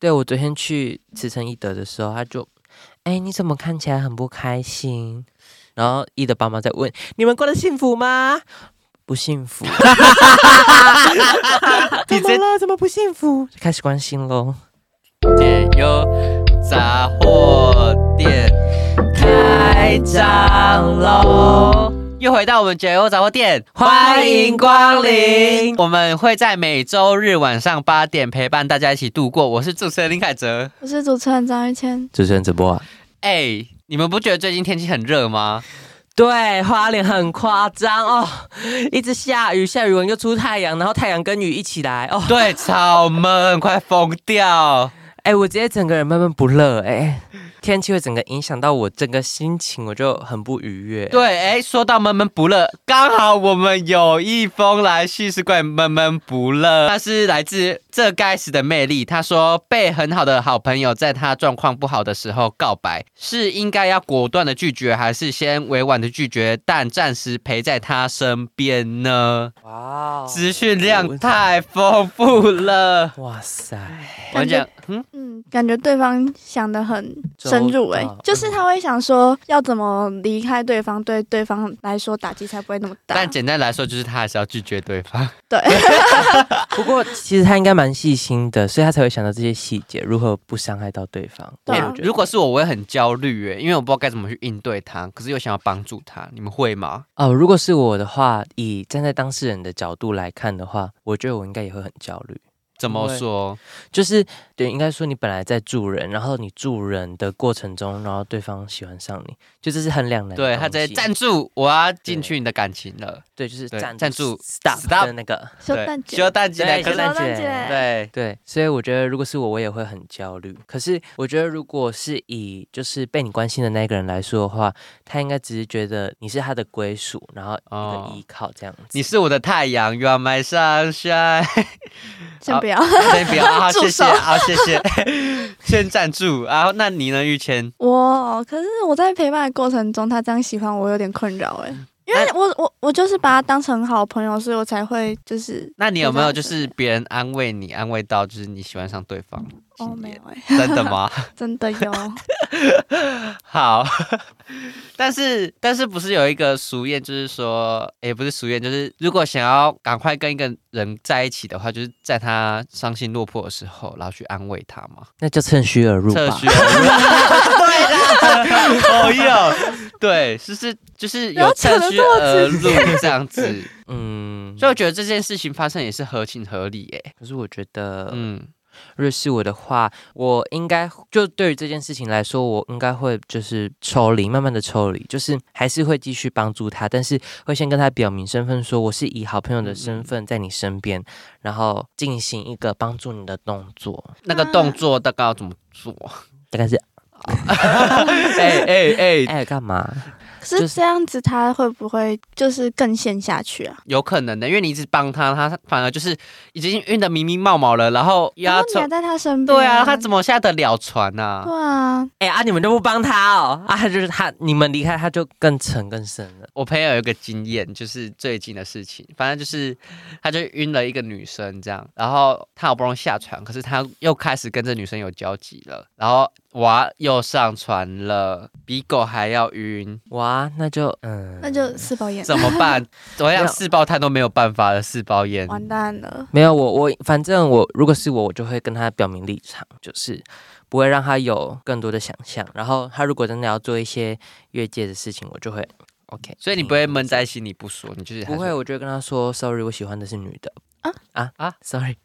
对我昨天去慈城一德的时候，他就，哎、你怎么看起来很不开心？然后一德爸妈在问你们过得幸福吗？不幸 福，怎么了？怎么不幸福？开始关心喽。解忧杂货店开张喽！又回到我们解忧杂货店，欢迎光临我们会在每周日晚上八点陪伴大家一起度过。我是主持人林凯哲。我是主持人张玉谦，主持人直播啊？哎、你们不觉得最近天气很热 吗？对，花莲很夸张哦，一直下雨，下雨完又出太阳，然后太阳跟雨一起来哦。对，超闷，快疯掉！哎、我直接整个人闷闷不乐，哎、天气会整个影响到我整个心情，我就很不愉悦。对，哎、说到闷闷不乐，刚好我们有一封来叙事怪闷闷不乐，它是来自这该死的魅力。他说，被很好的好朋友在他状况不好的时候告白，是应该要果断的拒绝，还是先委婉的拒绝，但暂时陪在他身边呢？哇哦资讯量太丰富 了，哇塞，我感觉讲，嗯，嗯，感觉对方想的很深入诶、周啊到就是嗯他会想说要怎么离开对方，对对方来说打击才不会那么大但。简单来说就是他还是要拒绝对方。 对，不过其实他应该蛮细心的，所以他才会想到这些细节，如何不伤害到对方。对欸啊我觉得如果是我，我会很焦虑哎诶，因为我不知道该怎么去应对他，可是又想要帮助他，你们会吗？哦，如果是我的话，以站在当事人的角度来看的话，我觉得我应该也会很焦虑。怎么说？就是对，应该说你本来在助人，然后你助人的过程中，然后对方喜欢上你，就这是很两难的东对西。他在站住，我要进去你的感情了。对，就是对站站住 stop stop 的那个修对蛋，姐修，蛋鸡来对可修是蛋蛋姐姐对，对，所以我觉得如果是我，我也会很焦虑。可是我觉得如果是以就是被你关心的那个人来说的话，他应该只是觉得你是他的归属，然后一哦个依靠这样子。你是我的太阳，You are my sunshine。先不要。 先不要，好，助谢谢，手好，谢谢。 先站住，然后那你呢，玉谦？我哦可是我在陪伴的过程中，他这样喜欢我有点困扰诶、因为那我我我就是把他当成好朋友，所以我才会就是那你有没有就这样子是别人安慰你，安慰到就是你喜欢上对方？哦没有诶、真的吗？ 真 的有好， 但是但是不是有一个俗谚，就是说，也不是俗谚，就是如果想要赶快跟一个人在一起的话，就是在他伤心落魄的时候，然后去安慰他嘛，那就趁虚而入趁吧。 虚而入。对的，哦哟，对，就是就是有趁虚而入这样子，嗯，所以我觉得这件事情发生也是合情合理耶。可是我觉得，嗯，如果是我的话，我应该就对于这件事情来说，我应该会就是抽离，慢慢的抽离，就是还是会继续帮助他，但是会先跟他表明身份，说我是以好朋友的嗯身份在你身边，然后进行一个帮助你的动作，那个动作大概要怎么做？大概是哎哎哎，哎干嘛？可就是是这样子他会不会就是更陷下去啊？有可能的，因为你一直帮他，他反而就是已经晕得迷迷冒冒了，然后然压后哦你还从在他身边，对啊，他怎么下得了船呢、对啊，哎、啊，你们都不帮他哦，啊，就是他，你们离开他就更沉更深了。我朋友有一个经验，就是最近的事情，反正就是他就晕了一个女生这样，然后他好不容易下船，可是他又开始跟这女生有交集了，然后娃又上船了，比狗还要 晕，哇，那就嗯，那就四包烟，怎么办？我没想有四胞胎都没有办法了，四包烟。完蛋了。没有我我反正我如果是我，我就会跟他表明立场，就是不会让他有更多的想象。然后他如果真的要做一些越界的事情，我就会 OK。嗯所以你不会闷在心里不说，你就是不会，我就会跟他说 sorry，我喜欢的是女的啊啊啊啊，sorry，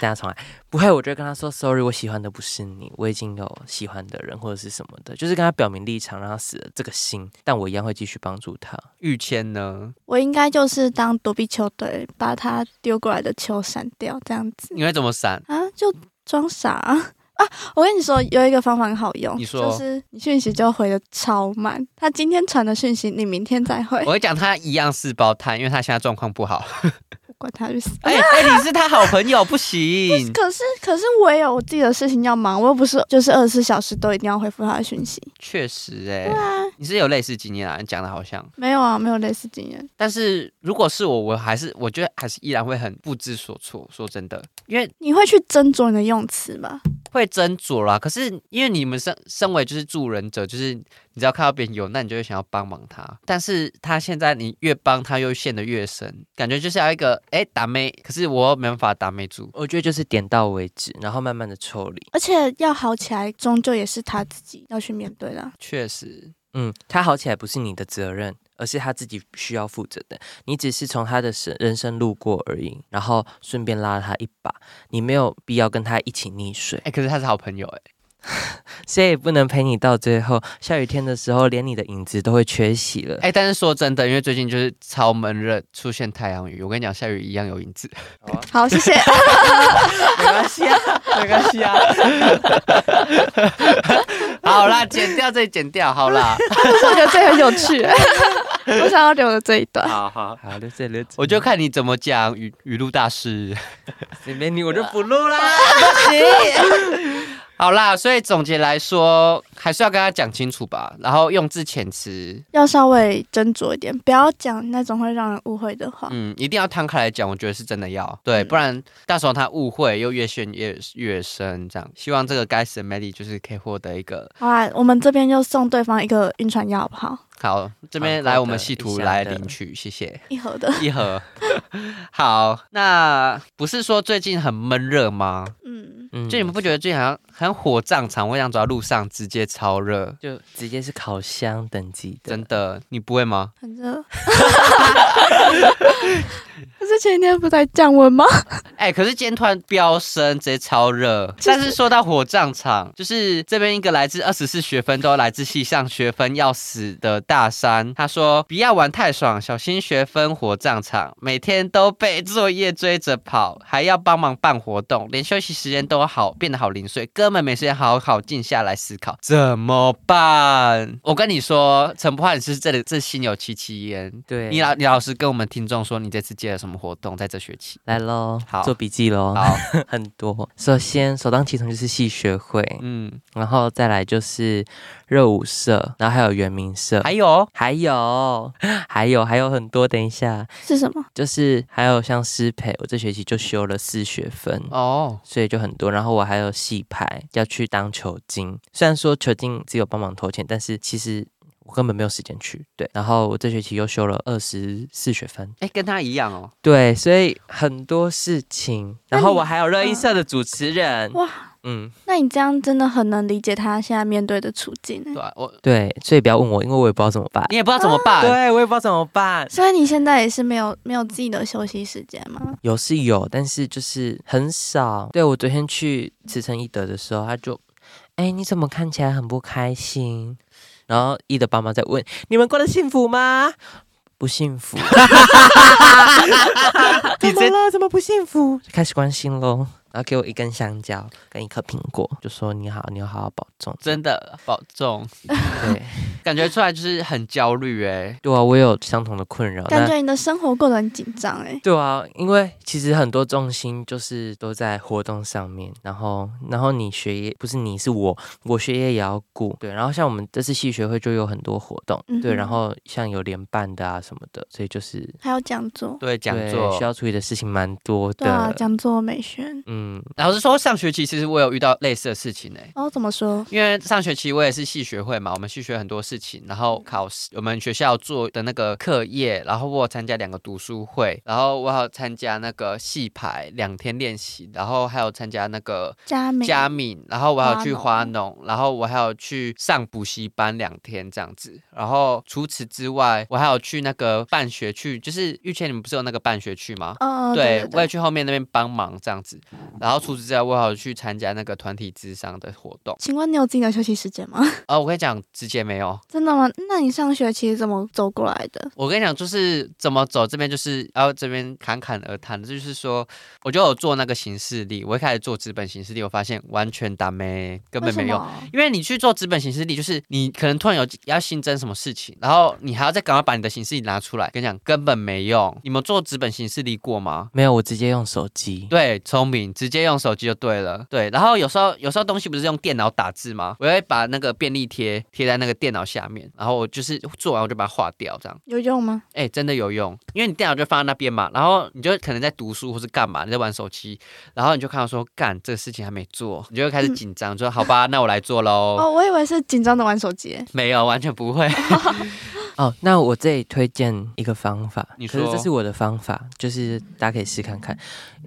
大家重来。不会，我就会跟他说 sorry，我喜欢的不是你，我已经有喜欢的人或者是什么的，就是跟他表明立场，让他死了这个心，但我一样会继续帮助他。玉谦呢？我应该就是当躲避球队，把他丢过来的球闪掉，这样子你会怎么闪？啊，就装傻啊我跟你说，有一个方法很好用，你说就是你讯息就回的超慢，他今天传的讯息，你明天再回我。会讲他一样是胞胎，因为他现在状况不好。管他去死。哎哎，你是他好朋友，不行，可是可是我也有我自己的事情要忙，我又不是就是二十四小时都一定要回复他的讯息。确实哎、你是有类似经验啊，你讲的好像。没有啊，没有类似经验。但是如果是我，我还是我觉得还是依然会很不知所措。说真的，因为你会去斟酌你的用词吧？会斟酌啦。可是因为你们身身为就是助人者，就是你只要看到别人有难，你就会想要帮忙他。但是他现在你越帮他，又陷得越深，感觉就是要一个哎打妹，可是我又没办法打妹住。我觉得就是点到为止，然后慢慢的抽离。而且要好起来，终究也是他自己要去面对的啊。确实，嗯，他好起来不是你的责任，而是他自己需要负责的。你只是从他的生人生路过而已，然后顺便拉了他一把，你没有必要跟他一起溺水。哎，可是他是好朋友哎。谁也不能陪你到最后。下雨天的时候，连你的影子都会缺席了。哎、但是说真的，因为最近就是超闷热，出现太阳雨，我跟你讲，下雨一样有影子，好，谢谢。 没关系啊，没关系啊。 好啦，剪掉这剪掉，好啦，我觉得这很有趣，我想要留的这一 段。好好，好，留着留着，我就看你怎么讲语语录大师。随便你，我就不录啦。啊好啦，所以总结来说，还是要跟他讲清楚吧，然后用字遣词， 要稍微斟酌一点，不要讲那种会让人误会的话。嗯，一定要摊开来讲，我觉得是真的要对，不然到时候他误会又越陷越越深，这样。希望这个该死的 Melly 就是可以获得一个好啦，我们这边就送对方一个晕船药，好不好？好，这边好来的我们系图一箱来的领取，谢谢。一盒的，一盒， 好，那不是说最近很闷热吗？嗯，嗯就你们不觉得最近好像很火葬场会这样走在路上直接超热？就直接是烤箱等级的，真的，你不会吗？很热。可是前一天不在降温吗？哎、可是今天突然飙升，直接超热。就是但是说到火葬场，就是这边一个来自二十四学分都来自系上学分要死的大山，他说不要玩太爽，小心学分火葬场，每天都被作业追着跑，还要帮忙办活动，连休息时间都好变得好零碎，根本没时间好好静下来思考怎么办。我跟你说，陈柏翰是这里这心有戚戚焉。对，你老你老师跟我们听众说，你这次接了什么活动，在这学期？来喽好，做笔记喽，好， 很多。首先，首当其冲就是戏学会，嗯，然后再来就是热舞社，然后还有原民社，还有还有 还有还有很多。等一下，是什么？就是还有像师培，我这学期就修了四学分。哦，所以就很多，然后我还有戏排要去当球精，虽然说球精只有帮忙投钱，但是其实我根本没有时间去。对，然后我这学期又修了二十四学分，哎，跟他一样哦。对，所以很多事情，那然后你我还有热音社的主持人，哇，嗯，那你这样真的很能理解他现在面对的处境欸。对啊，我对，所以不要问我，因为我也不知道怎么办，你也不知道怎么办。对我也不知道怎么办，所以你现在也是没有没有自己的休息时间吗？有是有，但是就是很少。对我昨天去慈诚一德的时候，他就，哎，你怎么看起来很不开心？然后一德爸妈在问你们过得幸福吗？不幸 福，怎么了？怎么不幸福？就开始关心喽。然后给我一根香蕉跟一颗苹果，就说你好，你要好好保重。真的保重，对，感觉出来就是很焦虑哎。对啊，我也有相同的困扰。感那觉你的生活过得很紧张哎。对啊，因为其实很多重心就是都在活动上面，然后然后你学业不是你是我，我学业也要顾，对，然后像我们这次系学会就有很多活动，嗯哼对，然后像有联办的啊什么的，所以就是还有讲座，对，讲对座需。要处理的事情蛮多对啊的，，讲座美宣。嗯，老实说，上学期其实我有遇到类似的事情哎。哦，怎么说？因为上学期我也是系学会嘛，我们系学很多事情，然后考试，我们学校做的那个课业，然后我有参加两个读书会，然后我还有参加那个戏排两天练习，然后还有参加那个佳美，嘉敏，然后我还有去花花嗯农，然后我还有去上补习班两天这样子，然后除此之外，我还有去那个办学去，就是玉倩你们不是有那个办学去吗？嗯，对对，我也去后面那边帮忙这样子，然后除此之外，我还有去参加那个团体智商的活动。请问你有自己的休息时间吗？ 啊，我跟你讲，直接没有。真的吗？那你上学期怎么走过来的？我跟你讲，就是怎么走这边就是要这边侃侃而谈，就是说，我就有做那个形式力，我一开始做资本形式力，我发现完全打没，根本没为什用。么因为你去做资本形式力，就是你可能突然有要新增什么事情，然后你还要再赶快把你的形式力拿出来。跟你讲，根本没用。你们做资本形式力过吗？没有，我直接用手机。对，聪明，直接用手机就对了。对，然后有时候有时候东西不是用电脑打字吗？我会把那个便利贴贴在那个电脑下面，然后我就是做完我就把它划掉，这样。有用吗？哎、真的有用，因为你电脑就放在那边嘛，然后你就可能在读书或是干嘛，你在玩手机，然后你就看到说干这个事情还没做，你就会开始紧张，说好吧，那我来做喽。哦，我以为是紧张的玩手机。 没有，完全不会。哦，那我这里推荐一个方法，你可是说这是我的方法，就是大家可以试看看。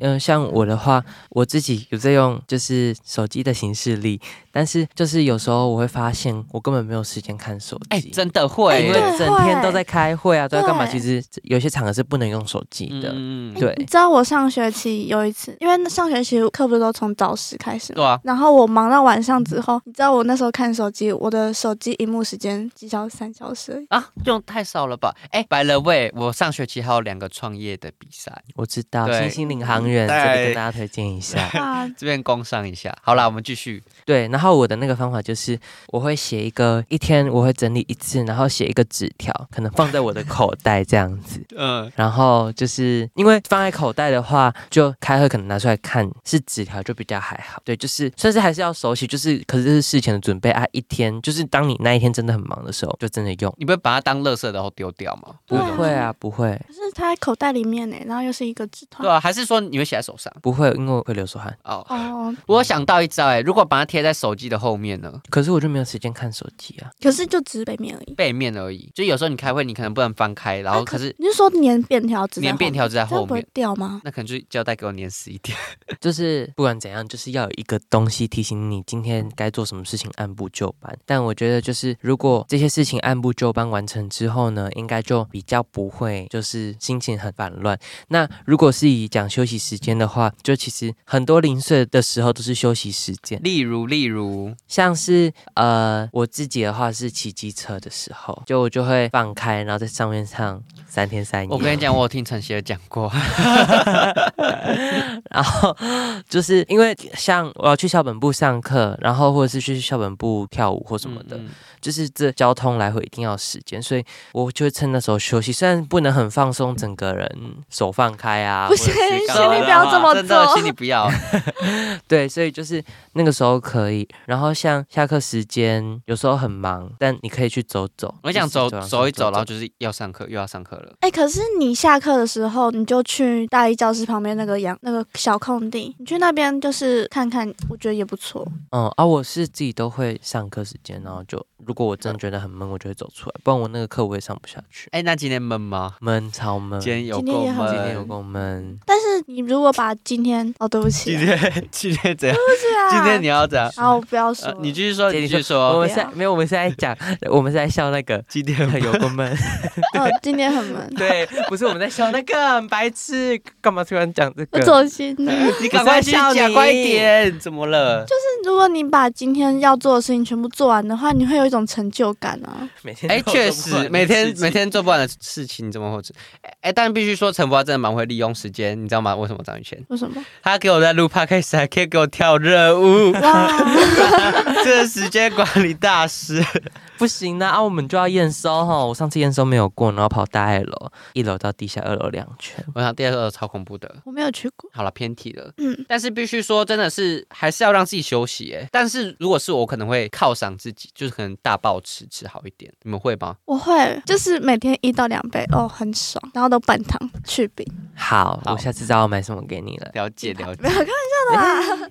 嗯、像我的话，我自己有在用就是手机的形式力，但是就是有时候我会发现我根本没有时间看手机。哎、真的会因耶，为对整天都在开会啊，都在干嘛？对其实有些场合是不能用手机的。嗯，对 你知道我上学期有一次，因为上学期课不是都从早十开始吗？对啊，然后我忙到晚上之后，你知道我那时候看手机，我的手机荧幕时间至少三小时 而已。啊，用太少了吧？哎、白了喂，我上学期还有两个创业的比赛，我知道，对嗯新兴领航员对这里跟大家推荐一下。啊，这边工商一下。好啦，我们继续。对，然后我的那个方法就是，我会写一个一天，我会整理一次，然后写一个纸条，可能放在我的口袋这样子。嗯，然后就是因为放在口袋的话，就开会可能拿出来看是纸条就比较还好。对，就是算是还是要熟悉，就是可是这是事前的准备啊。一天就是当你那一天真的很忙的时候，就真的用。你不会把它当垃圾然后丢掉吗？不对啊会啊，不会，可是它在口袋里面呢，然后又是一个纸团对。啊，还是说你会写在手上？不会，因为我会流手汗。哦，哦，我想到一招、哎，如果把它贴在手机的后面呢？可是我就没有时间看手机啊。可是就只北面而已。背面而已。就有时候你开会，你可能不能翻开，然后啊可是你是说粘便条纸？粘便条纸在这后样不会面，掉吗？那可能就是胶带给我粘死一点。就是不管怎样，就是要有一个东西提醒你今天嗯该做什么事情，按部就班。但我觉得，就是如果这些事情按部就班完成之后呢，应该就比较不会就是心情很烦乱。那如果是以讲休息时间的话，就其实很多零碎的时候都是休息时间，例如，例如，像是呃我自己的话是骑机车的时候，就我就会放开，然后在上面唱三天三夜。我跟你讲，我有听陈协讲过，然后就是因为像我要去校本部上课，然后或者是去校本部跳舞或什 么的，嗯嗯就是这交通来回一定要时间，所以我就会趁那时候休息。虽然不能很放松，整个人手放开啊，或不者行是干请嘛你的不要这么真的，做请你不要。对，所以就是那个时候可以。然后像下课时间，有时候很忙，但你可以去走走。啊我想走就是廊上走一走，然后就是要上课，又要上课了。哎、可是你下课的时候，你就去大一教室旁边那个阳那个小空地，你去那边就是看看，我觉得也不错。嗯啊，我是自己都会上课时间，然后就如果我真的觉得很闷，我就会走出来，不然我那个课我也上不下去，哎、那今天闷吗？闷超闷。今天有今天够也很今天有闷。够闷，但是你如果把今天哦，对不 起今啊，天今天 怎样？不是啊， 今天你要怎样？好，我不要说呃了、你继续说，今你天继续我说。们是在没有，我们是在讲， 我们是在笑那个 今 天很有个闷，哦，今天很 闷， 对，不是我们在笑那个很白痴，干嘛突然讲这我个？走心了。你赶快去我在笑讲，你快点！怎么了？如果你把今天要做的事情全部做完的话，你会有一种成就感啊。每天哎，都确有做不完实，的每天事情每天做不完的事情怎么会做？哎哎，但必须说陈博他真的蛮会利用时间，你知道吗？为什么张雨谦为什么？，他给我在录 podcast，还可以给我跳热舞 哇，这是时间管理大师。 不行的啊，我们就要验收哈。我上次验收没有过，然后跑大二楼，一楼到地下二楼两圈。我想第二个超恐怖的。我没有去过。好了，偏题了。嗯，但是必须说，真的是还是要让自己休息。哎，但是如果是我，我可能会犒赏自己，就是可能大暴吃吃好一点。你们会吗？我会，就是每天一到两杯，哦，很爽，然后都半糖去冰，好，好我下次知道我买什么给你了。了解了解没。有看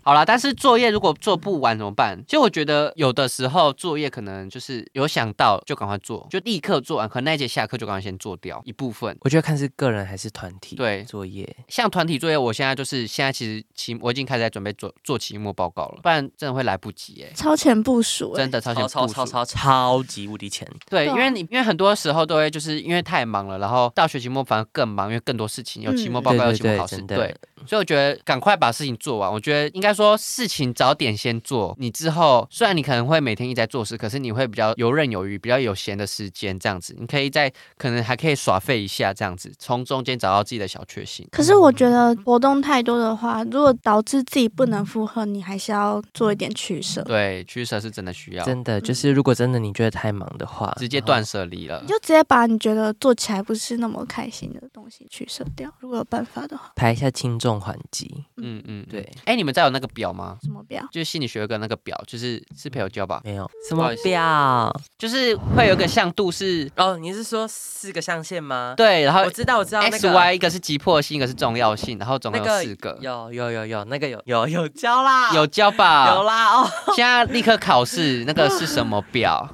好啦，但是作业如果做不完怎么办？就我觉得有的时候作业可能就是有想到就赶快做，就立刻做完，可能那一节下课就赶快先做掉一部分。我觉得看是个人还是团体对作业，像团体作业，我现在就是现在其实期我已经开始在准备做做期末报告了，不然真的会来不及哎、超前部署、欸真，的超前超超部超署。超超级无敌前。对，对啊因为你因为很多时候都会就是因为太忙了，然后到学期末反而更忙，因为更多事情有嗯期嗯末报告要对期末对考对，试，真对的，所以我觉得赶快把事情做完。我觉得应该说事情早点先做，你之后虽然你可能会每天一直在做事，可是你会比较游刃有余，比较有闲的时间这样子，你可以在可能还可以耍废一下这样子，从中间找到自己的小确幸。可是我觉得活动太多的话，如果导致自己不能负荷，你还是要做一点取舍。嗯对，取舍是真的需要，真的就是如果真的你觉得太忙的话，直接然后断舍离了你。就直接把你觉得做起来不是那么开心的东西取舍掉，如果有办法的话。排一下轻重缓急。嗯嗯，对。哎，你们在有那个表吗？什么表？就是心理学有个那个表，就是是陪我教吧，没有什不么好意思表就是会有一个向度是，哦，你是说四个象限吗？对，然后我知道，我知道那 X 个 Y 一个是急迫性，一个是重要性，然后总共那有个四个，有有有有那个有有有教啦，有教吧？有啦哦，现在立刻考试，那个是什么 表？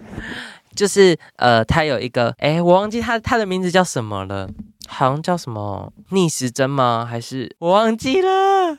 就是呃，它有一个哎，我忘记它它的名字叫什么了。好像叫什么逆时针吗？还是我忘记了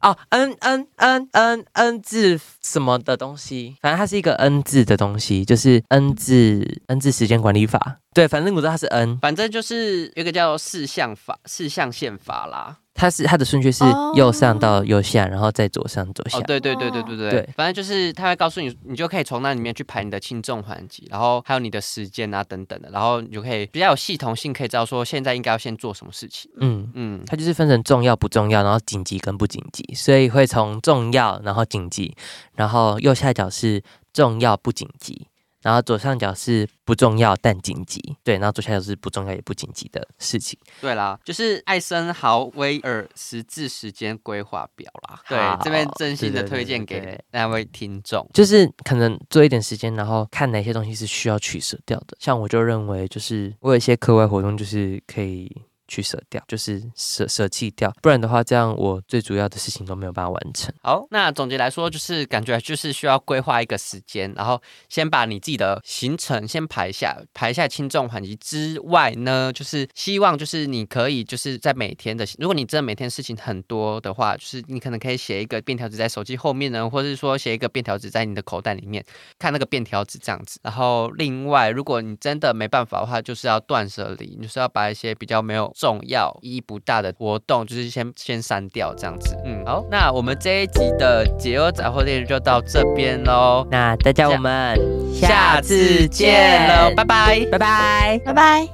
哦？n n n n n 字什么的东西，反正它是一个 n 字的东西，就是 n 字 n 字时间管理法。对，反正我知道它是 n，反正就是有一个叫四项法、四象限法啦。它是它的顺序是哦右上到右下，然后再左上左下。哦，对对对对对对，对反正就是他会告诉你，你就可以从那里面去排你的轻重缓急，然后还有你的时间啊等等的，然后你就可以比较有系统性，可以知道说现在应该要先做什么事情。嗯，嗯，它就是分成重要、不重要，然后紧急跟不紧急，所以会从重要，然后紧急，然后右下角是重要不紧急，然后左上角是不重要但紧急，对，然后左下角是不重要也不紧急的事情。对啦，就是艾森豪威尔十字时间规划表啦。对，好这边真心对的对对推荐对给对那位听众。就是可能做一点时间，然后看哪些东西是需要取舍掉的。像我就认为，就是我有一些课外活动，就是可以取舍掉，就是舍舍弃掉，不然的话，这样我最主要的事情都没有办法完成。好，那总结来说，就是感觉就是需要规划一个时间，然后先把你自己的行程先排一下，排一下轻重缓急之外呢，就是希望就是你可以就是在每天的，如果你真的每天事情很多的话，就是你可能可以写一个便条纸在手机后面呢，或是说写一个便条纸在你的口袋里面，看那个便条纸这样子。然后另外，如果你真的没办法的话，就是要断舍离，你就是要把一些比较没有重要、意义不大的活动，就是先先删掉这样子。嗯，好，那我们这一集的解忧杂货店就到这边喽，那大家下我们下次见喽，拜拜。拜拜。拜拜。